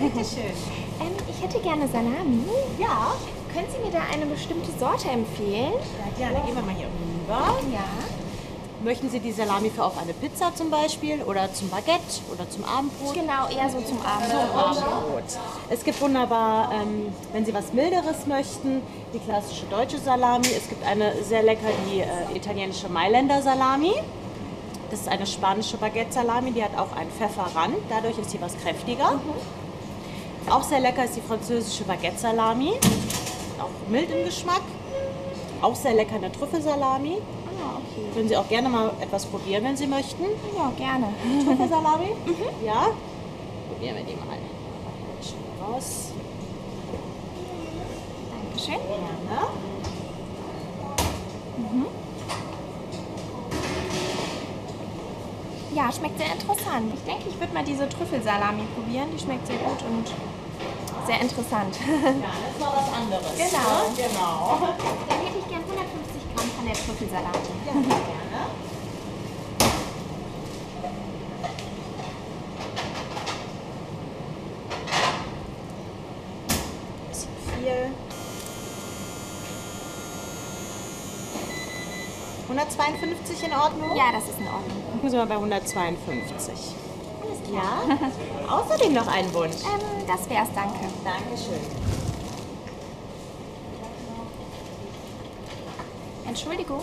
Bitteschön. Ähm, ich hätte gerne Salami. Ja, Können Sie mir da eine bestimmte Sorte empfehlen? ja gerne. Gehen wir mal hier rüber. Ja. Möchten Sie die Salami für auf eine Pizza zum Beispiel oder zum Baguette oder zum Abendbrot? Genau, eher so zum Abend. Ah, Abendbrot. Es gibt wunderbar, ähm, wenn Sie was Milderes möchten, die klassische deutsche Salami. Es gibt eine sehr lecker, die äh, italienische Mailänder Salami. Das ist eine spanische Baguette-Salami, die hat auch einen Pfefferrand, dadurch ist sie was kräftiger. Auch sehr lecker ist die französische Baguette-Salami, auch mild im Geschmack. Auch sehr lecker eine Trüffelsalami. Ah, okay. Können Sie auch gerne mal etwas probieren, wenn Sie möchten. Ja, gerne. Kartoffelsalami? Ja? Probieren wir die mal. Schön raus. Dankeschön. Gerne. Ja, schmeckt sehr interessant. Ich denke, ich würde mal diese Trüffelsalami probieren. Die schmeckt sehr gut und sehr interessant. Ja, das ist mal was anderes. Genau. ne? Genau. Dann hätte ich gern 150 Gramm von der Trüffelsalami. Ja, gerne. Bisschen viel. 152 in Ordnung? Ja, das ist in Ordnung. Gucken Sie mal bei 152. Alles klar. Ja, außerdem noch ein Wunsch. Ähm, das wär's, danke. Dankeschön. Entschuldigung,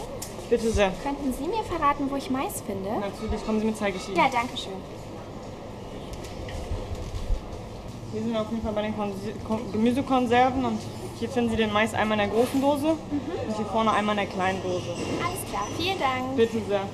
Bitte sehr. könnten Sie mir verraten, wo ich Mais finde? Natürlich kommen Sie mit, zeige ich Ihnen. Ja, danke schön. Wir sind auf jeden Fall bei den Konsi- Kon Gemüsekonserven und hier finden Sie den Mais einmal in der großen Dose und hier vorne einmal in der kleinen Dose. Alles klar, vielen Dank. Bitte sehr.